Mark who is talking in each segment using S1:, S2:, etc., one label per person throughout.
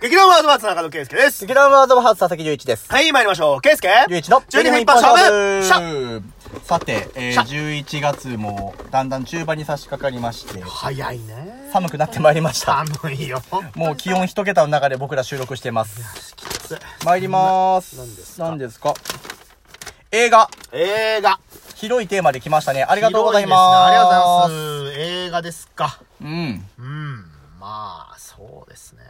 S1: 劇団ワードバーツ中野圭介です。
S2: 劇団ワードバハーツ佐々木隆一です。
S1: はい、参りましょう。圭介
S2: 隆一の
S1: 12分一本勝負シャッ
S2: さて、えー、
S1: シャ
S2: 11月もだんだん中盤に差し掛かりまして、
S1: 早いね。
S2: 寒くなってまいりました。
S1: 寒いよ。
S2: もう気温一桁の中で僕ら収録してます。
S1: きつい
S2: 参りまーす。
S1: 何です
S2: 何ですか 映画。
S1: 映画。あ
S2: 広いテーマで来ましたね。あ
S1: り
S2: りがとうございます。
S1: ありがとうございます。映画ですか。
S2: うん。
S1: うん。まあ、そうですね。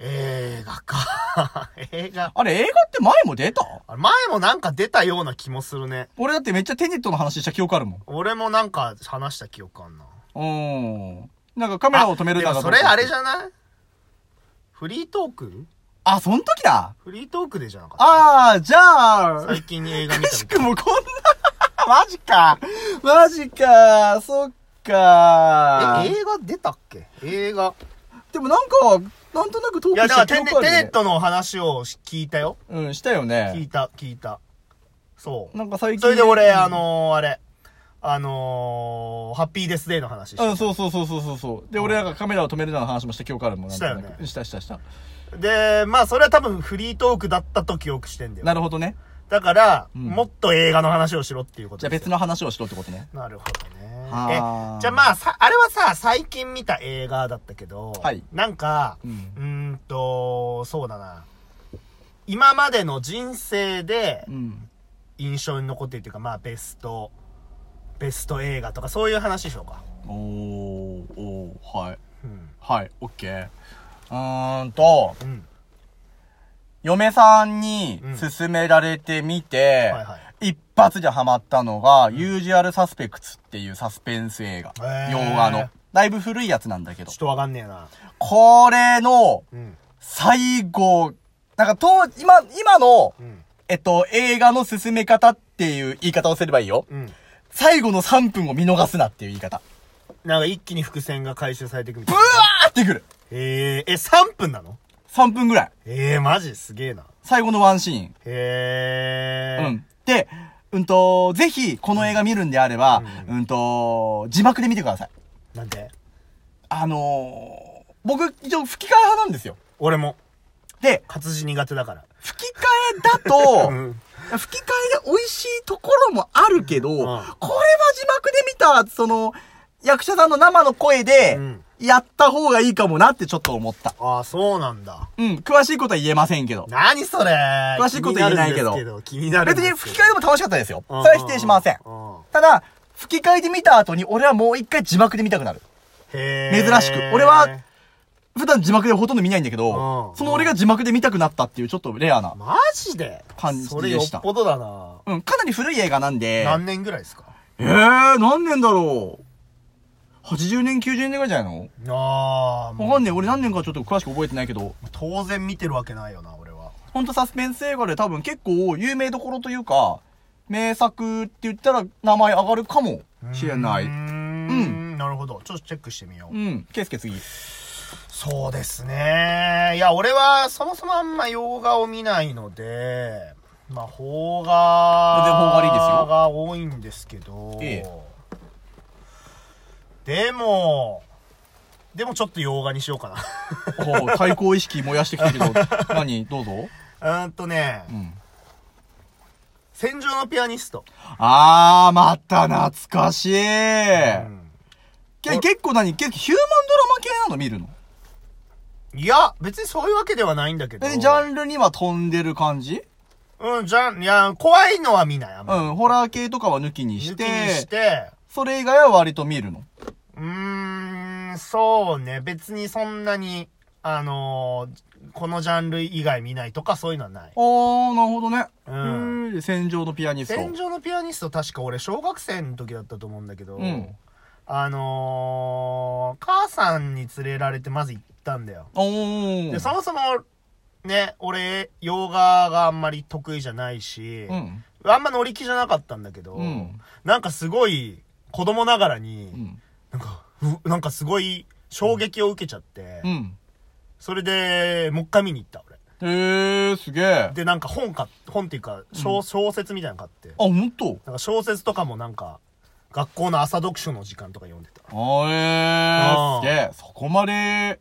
S1: 映画か。 映画。
S2: あれ、映画って前も出た
S1: あ前もなんか出たような気もするね。
S2: 俺だってめっちゃテネットの話した記憶あるもん。
S1: 俺もなんか話した記憶あんな。
S2: うーん。なんかカメラを止める
S1: で
S2: な
S1: もそれあれじ
S2: ゃん。
S1: ゃないフリートーク
S2: あ、そん時だ。
S1: フリートークでじゃなかった
S2: あー、じゃあ。
S1: 最近映画見
S2: く
S1: たみ
S2: した
S1: い
S2: くもこんな マジかマジかそっか
S1: な。え、映画出たっけ映画。
S2: でもなんか、なんとなくトー
S1: いや、
S2: ク
S1: だ
S2: し
S1: か
S2: た
S1: らテネ
S2: 記憶ある
S1: テ
S2: ね
S1: ネットの話を聞いたよ。
S2: うん、したよ
S1: 聞い
S2: ね。
S1: た、聞いた。そう。
S2: なんか最近。
S1: それで俺、あ
S2: うん、
S1: のー、あれ、あのー、ハッピーデスデーの話
S2: う
S1: し
S2: ん、そうそうそうそうそうそう。で、俺なんかカメラを止めるなの話もした記憶あるもん。なんとなく
S1: したよね
S2: したしたした。
S1: た。で、まあ、それは多分フリートークだったと記憶してんだよ。
S2: なるほどね。
S1: だから、
S2: ん
S1: もっと映画の話をしろっていうこと
S2: じゃあ別
S1: の。
S2: の話をしろってことね。
S1: なるほどね。
S2: はあ
S1: え、じゃあまあ、さ、あれはさ、最近見た映画だったけど、
S2: はい
S1: なんか、
S2: うん
S1: うーんと、そうだな。今までの人生で
S2: うん。
S1: 印象に残っているというか、まあ、ベスト、ベスト映画とか、そういう話でしょうか。
S2: おー、おー、はい。
S1: うん。
S2: はい、オッケー。うーんと、
S1: うん。
S2: 嫁さんに
S1: うん
S2: 勧められてみて、
S1: はいはい
S2: 一発でハマったのが、ユージュアルサスペクツっていうサスペンス映画。
S1: へー
S2: 洋画の。だいぶ古いやつなんだけど
S1: ちょっ。とわかんねえな。
S2: これの
S1: うん。
S2: 最後、なんか当、今、今の、
S1: うん。
S2: えっと、映画の進め方っていう言い方をすればいいよ。
S1: うん。
S2: 最後の3分を見逃すなっていう言い方。
S1: なんか一気に伏線が回収されていくみた
S2: ブ
S1: い
S2: ワ
S1: な。
S2: ーってくる。
S1: えー、え、3分なの
S2: 3分ぐらい。
S1: えー、マジすげえな。
S2: 最後のワンシーン。
S1: へえ。
S2: うん。で、うんと、ぜひ、この映画見るんであれば、
S1: う
S2: うんと、字幕で見てください。
S1: なんで
S2: あのー、僕、一応吹き替え派なんですよ。
S1: 俺も、
S2: で、
S1: 活字苦手だから。
S2: 吹き替えだ と、
S1: うん
S2: 吹き替えで美味しいところもあるけど、これは字幕で見た、その、役者さんの生の声で
S1: うん、
S2: やった方がいいかもなってちょっと思った。
S1: ああ、そうなんだ。
S2: うん、詳しいことは言えませんけど。
S1: 何それ詳
S2: しいこと言えないけど
S1: 気になるん
S2: 別
S1: です
S2: に
S1: けど。
S2: 吹き替えでも楽しかったですよ。そ
S1: うん
S2: れは否定しません。
S1: うんうん
S2: ただ、吹き替えで見た後に俺はもう一回字幕で見たくなる。
S1: へー
S2: 珍しく俺は普段字幕でほとんど見ないんだけ
S1: う
S2: ど
S1: ん、
S2: その俺が字幕で見たくなったっていうちょっとレアな。
S1: マジで
S2: 感じでした
S1: それよっぽどだな。
S2: うん、かなり古い映画なんで。
S1: 何年ぐらいですか
S2: えー、何年だろう ?80 年、90年ぐらいじゃない
S1: ああ、も
S2: の
S1: う
S2: わかんねえ。俺何年かちょっと詳しく覚えてないけど、
S1: 当然見てるわけないよな、俺は。
S2: ほんとサスペンス映画で多分結構有名どころというか、名作って言ったら名前上がるかもしれないう
S1: ー。ん。なるほど。ちょっとチェックしてみよう
S2: う。ん。ケースケ次。
S1: そうですね。いや、俺はそもそもあんま洋画を見ないので、まあ、邦画
S2: 全然邦画でいいですよ
S1: が多いんですけど、
S2: え
S1: でも、でもちょっと洋画にしようか
S2: おう対抗意識燃やしてきてるけど、 何どうぞ。
S1: な。うーんとね、
S2: うん。
S1: 戦場のピアニスト。
S2: あー、また懐かしい。
S1: うん
S2: け結構何結構ヒューマンドラマ系なの見るの
S1: いや、別にそういうわけではないんだけど。
S2: え、ジャンルには飛んでる感じ
S1: うん、じゃん、いや、怖いのは見ない、あん
S2: う
S1: ま
S2: ん、ホラー系とかは抜きに
S1: り。
S2: し
S1: 抜
S2: て
S1: き、にして、
S2: それ以外は割と見るの。
S1: うーん、そうね。別にそんなに、あのーこのジャンル以外見ないとかそういうのはない。
S2: あー、なるほどね。
S1: うん
S2: うん。戦場のピアニスト。
S1: 戦場のピアニスト確か俺小学生の時だったと思うんだけど、
S2: うん
S1: あのー母さんに連れられてまず行ったんだよ。
S2: お
S1: で、
S2: ー。
S1: そもそも、ね、俺、洋画があんまり得意じゃないし、
S2: うん。
S1: あんま乗り気じゃなかったんだけど、
S2: うん。
S1: なんかすごい、子供ながらに、
S2: うん。
S1: なんか、うなんかすごい衝撃を受けちゃって、
S2: うん。
S1: それで、もう一回見に行った、俺。
S2: へー、すげえ。あ、
S1: で、なんか本買っ本っていうか、小,、小説みたいなの買って。
S2: ほんと
S1: なんか小説とかもなんか、学校の朝読書の時間とか読んでた。
S2: あー、えー、すげえ。そこまで、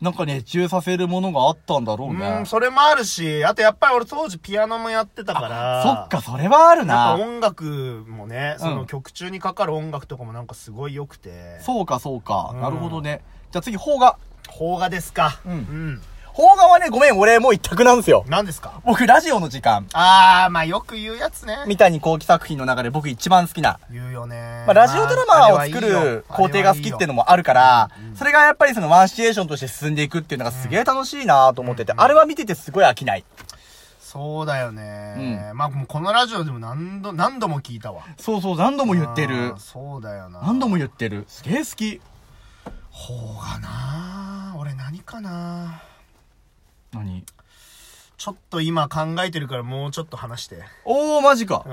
S2: なんか熱中させるものがあったんだろう
S1: う
S2: ね
S1: ん、。それもあるし、あとやっぱり俺当時ピアノもやってたから。
S2: そっか、それはあ
S1: やっ
S2: る
S1: ぱ
S2: な。
S1: 音楽もね、そうの
S2: ん
S1: 曲中にかかる音楽とかもなんかすごい良くて。
S2: そうか、そうか。
S1: うん
S2: なるほどね。じゃあ次、邦画。
S1: 邦画ですか。
S2: うん
S1: ん。
S2: 邦画はね、ごめん、俺もう一択なんですよ。
S1: 何ですか
S2: 僕、ラジオの時間。
S1: あー、まあよく言うやつね。
S2: 三谷幸喜作品の中で僕一番好きな。
S1: 言うよね。
S2: まあ、ラジオドラマを作る工程が好きってのもあるから
S1: うん、
S2: それがやっぱりそのワンシチュエーションとして進んでいくっていうのがすげえ楽しいなと思ってて、
S1: うん
S2: あれは見ててすごい飽きない。
S1: そうだよね。まあもうこのラジオでも何度、何度も聞いたわ。
S2: そうそう、何度も言ってる
S1: あー。そうだよな。
S2: 何度も言ってる。すげえ好き。
S1: 邦画な俺何かな
S2: 何
S1: ちょっと今考えてるからもうちょっと話して。
S2: おー、マジか
S1: ん。。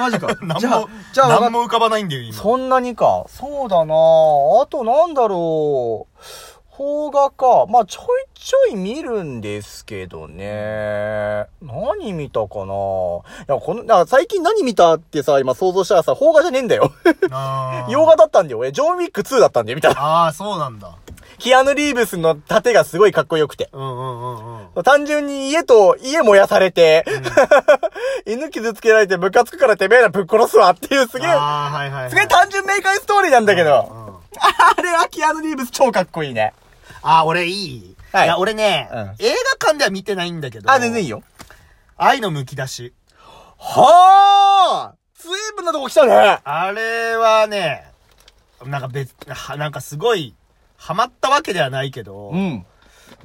S2: マ ジか
S1: 何
S2: じゃあ
S1: も、、
S2: じゃあ
S1: 何
S2: わかっ、
S1: も浮かばないんだよ、今。
S2: そんなにか。そうだなあとなんだろう。邦画か。まあ、ちょいちょい見るんですけどね。何見たかないや、この、だから最近何見たってさ、今想像したらさ、邦画じゃねえんだよ。
S1: あー
S2: 洋画だったんだよ。俺、ジョン・ウィック2だったんだよ、みた いな。
S1: ああ、そうなんだ。
S2: キアヌ・リーブスの盾がすごいかっこよくて。
S1: うんうんうんうん。
S2: 単純に家と、家燃やされて、 犬傷つけられてムカつくからてめえらぶっ殺すわっていうすげえ、
S1: ああ、はいはい、はい。
S2: すげえ単純明快ストーリーなんだけど。
S1: うんうん
S2: あれはキアヌ・リーブス超かっこいいね。
S1: あー、俺いい。
S2: はい
S1: いや、俺ね、
S2: うん
S1: 映画館では見てないんだけど。
S2: あ、全然いい。よ。
S1: 愛のむき出し。
S2: はあ随分なとこ来たね
S1: あれはね、なんか別、はなんかすごい、ハマったわけではないけど、
S2: ん。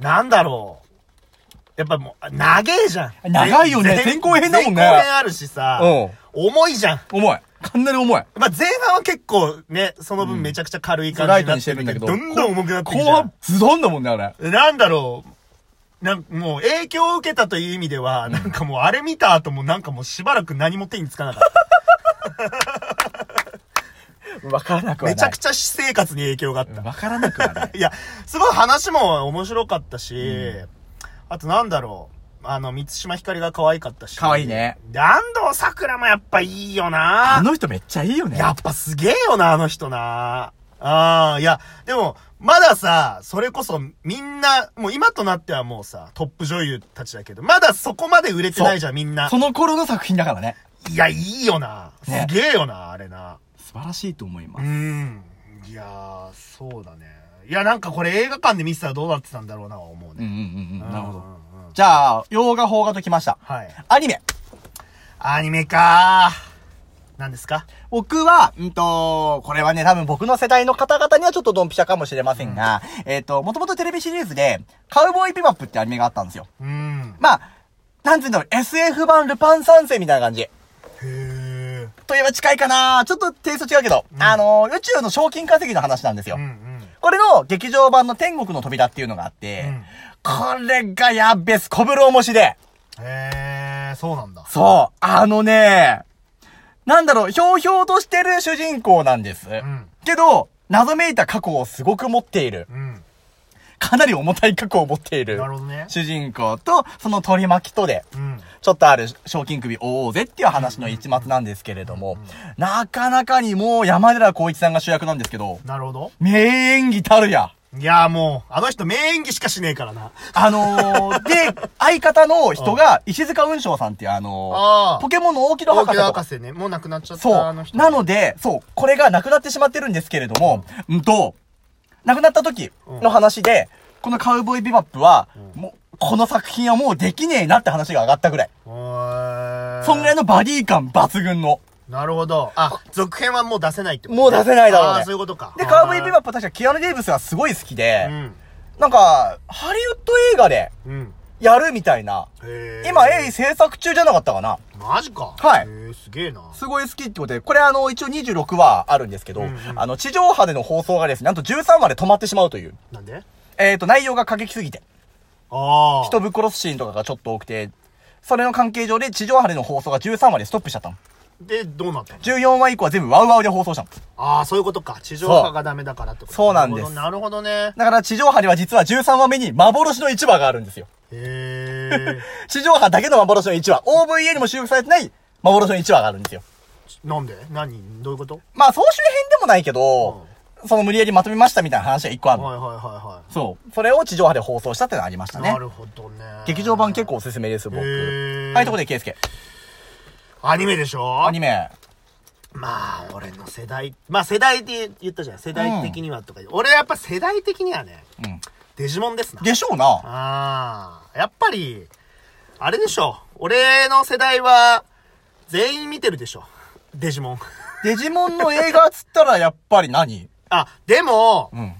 S1: なんだろう。やっぱもう、長えじゃん。
S2: 長いよね
S1: 前
S2: 前後編だもんね
S1: 前後編あるしさ、
S2: うん
S1: 重いじゃん。
S2: 重い。かなり重い。
S1: まあ、前半は結構ね、その分めちゃくちゃ軽い感じ
S2: ライ
S1: に
S2: ト
S1: なっ
S2: にして
S1: て
S2: る
S1: るんだ
S2: んだけ
S1: け
S2: ど。
S1: ど、どんどん重くなってくる
S2: 後
S1: じゃん
S2: 半、ズドンだもんね、あれ。
S1: なんだろう。なんかもう影響を受けたという意味では、なんかもうあれ見た後もなんかもうしばらく何も手につかなかっ
S2: わからなく
S1: た。めちゃくちゃ私生活に影響があった。
S2: わからなくはない。
S1: いや、すごい話も面白かったし、あとなんだろう。あの、満島ひかりが可愛かったし。
S2: 可愛いね。
S1: で、安藤桜もやっぱいいよな
S2: あの人めっちゃいいよね。
S1: やっぱすげえよな、あの人な。ああ、いや、でも、まださ、それこそみんな、もう今となってはもうさ、トップ女優たちだけど、まだそこまで売れてないじゃん、みんな
S2: そ。の頃の作品だからね。
S1: いや、いいよな。す
S2: ね
S1: げえよな、あれな。
S2: 素晴らしいと思いうま
S1: ー
S2: す。
S1: ん。いやー、そうだね。いや、なんかこれ映画館で見てたらどうなってたんだろうな、思う
S2: うんう
S1: ね。
S2: んうんうん。なるほ
S1: うん
S2: ど。
S1: うんうん
S2: じゃあ、洋画、邦画ときました。
S1: はい。
S2: アニメ。
S1: アニメかー。何ですか
S2: 僕は、うんと、これはね、多分僕の世代の方々にはちょっとドンピシャかもしれませんが、えっ、と、もともとテレビシリーズで、カウボーイビバップってアニメがあったんですよ。
S1: うーん。
S2: まあ、なんていうんだろう、SF 版ルパン三世みたいな感じ。
S1: へー。
S2: といえば近いかなちょっとテイスト違うけど、
S1: ん
S2: あの、宇宙の賞金稼ぎの話なんですよ。
S1: うんうん。
S2: これの劇場版の天国の扉っていうのがあって、
S1: うん
S2: これがやっべえす、小風呂面しで。
S1: へー、そうなんだ。
S2: そう、あのね、なんだろう、ひょうひょうとしてる主人公なんです。
S1: うん。
S2: けど、謎めいた過去をすごく持っている。
S1: うん。
S2: かなり重たい過去を持っている
S1: な。るほどね。
S2: 主人公と、その取り巻きとで、
S1: うん。
S2: ちょっとある賞金首追おうぜっていう話の一末なんですけれども、なかなかにもう山寺宏一さんが主役なんですけど、
S1: なるほど。
S2: 名演技たるや。
S1: いやーもう、あの人名演技しかしねえからな。
S2: あの ー、で、相方の人が石塚雲章さんっていうあのー
S1: あー
S2: ポケモンの大木戸
S1: 東
S2: 博士
S1: 京
S2: と
S1: 博士ね。もう亡くなっちゃった。
S2: そ
S1: あ
S2: う
S1: の。人
S2: なので、そう、これがなくなってしまってるんですけれども、うんと、亡くなった時の話で、このカウボーイビバップは、もう、この作品はもうできねえなって話が上がったぐらい。
S1: おー
S2: そんぐらいのバディ感抜群の。
S1: なるほど。あ、続編はもう出せないってこと
S2: もう出せないだろうね
S1: ああ、そういうことか。
S2: で、カウボーイビバ
S1: ッ
S2: ップは確かキアヌ・デイブスがすごい好きで、
S1: うん。
S2: なんか、ハリウッド映画で
S1: うん。
S2: やるみたいな。
S1: へー
S2: 今、鋭意制作中じゃなかったかな。
S1: マジか。
S2: はい
S1: へーすげえな。
S2: すごい好きってことで、これあの、一応26話あるんですけど、
S1: うんうん
S2: あの、地上波での放送がですね、なんと13話で止まってしまうという。
S1: なんで
S2: えっ、と、内容が過激すぎて。
S1: ああ。
S2: 人ぶっ殺すシーンとかがちょっと多くて、それの関係上で地上波での放送が13話でストップしちゃったの。
S1: で、どうなったの
S2: 14話以降は全部ワウワウで放送したの。
S1: ああ、そういうことか。地上波がダメだからってこと
S2: そうなんです
S1: なるほどね。
S2: だから地上波では実は13話目に幻の1話があるんですよ。
S1: へ え。
S2: 地上波だけの幻の1話、OVA にも収録されてない幻の1話があるんですよ。
S1: なんで何どういうこと
S2: まあ、総集編でもないけど、その無理やりまとめましたみたいな話が一個あるの。
S1: はいはいは
S2: そう。それを地上波で放送したってのがありまし
S1: いは
S2: た
S1: い。
S2: ね
S1: な。るほどね。
S2: 劇場版結構おすすめです、僕。
S1: へー
S2: はい、ところで、ケイスケ。
S1: アニメでしょ
S2: アニメ。
S1: まあ、俺の世代、まあ世代って言ったじゃん。世代的にはとか、俺やっぱ世代的にはね、
S2: うん。
S1: デジモンですな。
S2: でしょうな。
S1: ああ、やっぱり、あれでしょ。俺の世代は、全員見てるでしょ。デジモン。
S2: デジモンの映画っつったらやっぱり何
S1: あ、でも、
S2: うん。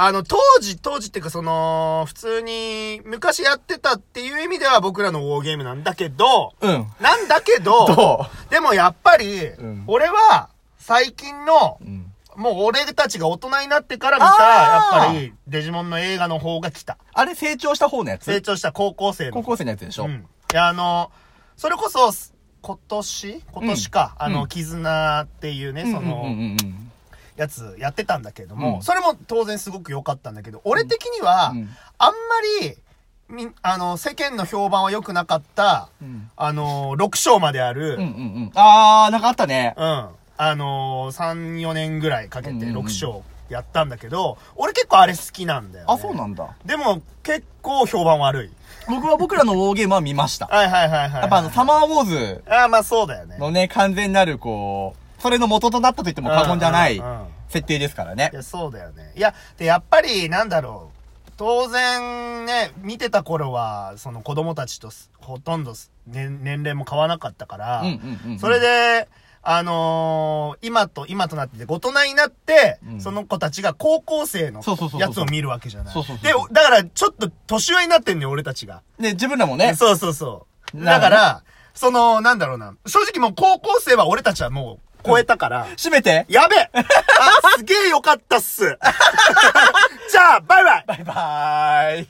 S1: あの、当時、当時っていうかその、普通に、昔やってたっていう意味では僕らのウォーゲームなんだけど、
S2: うん。
S1: なんだけど、
S2: ど
S1: でもやっぱり、
S2: ん
S1: 俺は、最近の
S2: う、うん。
S1: もう俺たちが大人になってから見
S2: あ
S1: た、
S2: ー
S1: やっぱり、デジモンの映画の方が来た。
S2: あれ成長した方のや
S1: 成
S2: つ
S1: 長した高校生の
S2: 高。校生のやつでしょ、
S1: うん。いや、あの、それこそ、す今年今年か、
S2: うん
S1: あ
S2: う
S1: の、
S2: ん
S1: 絆っていうね、そ
S2: うんうん
S1: の、
S2: うんうん。
S1: やつやってたんだけども、
S2: うん
S1: それも当然すごく良かったんだけど、俺的には、
S2: うん
S1: あんまり、み、あの、世間の評判は良くなかった、
S2: うん
S1: あの、6章まである、
S2: うんうんうん。あー、なんかあったね。
S1: うん。あのー、3、4年ぐらいかけ
S2: うん
S1: て
S2: うんうん
S1: 6章やったんだけど、俺結構あれ好きなんだよ、ね。
S2: あ、そうなんだ。
S1: でも、結構評判悪い。
S2: 僕は僕らのウォーゲームは見ました。
S1: はいはいはいはい。
S2: やっぱあの、サマーウォーズ
S1: あーまあそうだよね。
S2: のね、完全なるこう、それの元となったと言っても過言じゃない
S1: うんうんうん
S2: 設定ですからね
S1: い。や、そうだよね。いや、で、やっぱり、なんだろう。当然ね、見てた頃は、その子供たちとすほとんどす、ね、年齢も変わらなかったから、
S2: うんうんうん。
S1: それ、で、あのー今と、今となってて、大人になって、
S2: うん
S1: その子たちが高校生の
S2: そうそうそうそ
S1: や
S2: う
S1: つを見るわけじゃない。
S2: そうそうそう
S1: で、おだから、ちょっと年上になってんね俺たちが。
S2: ね、自分らもね、
S1: そうそうそう。
S2: な
S1: だ
S2: るほどね
S1: から、その、なんだろうな。正直もう高校生は俺たちはもう超えたから、
S2: 閉めて
S1: やべえあ、 すげえよかったっすじゃあ、バイバイ
S2: バイバーイ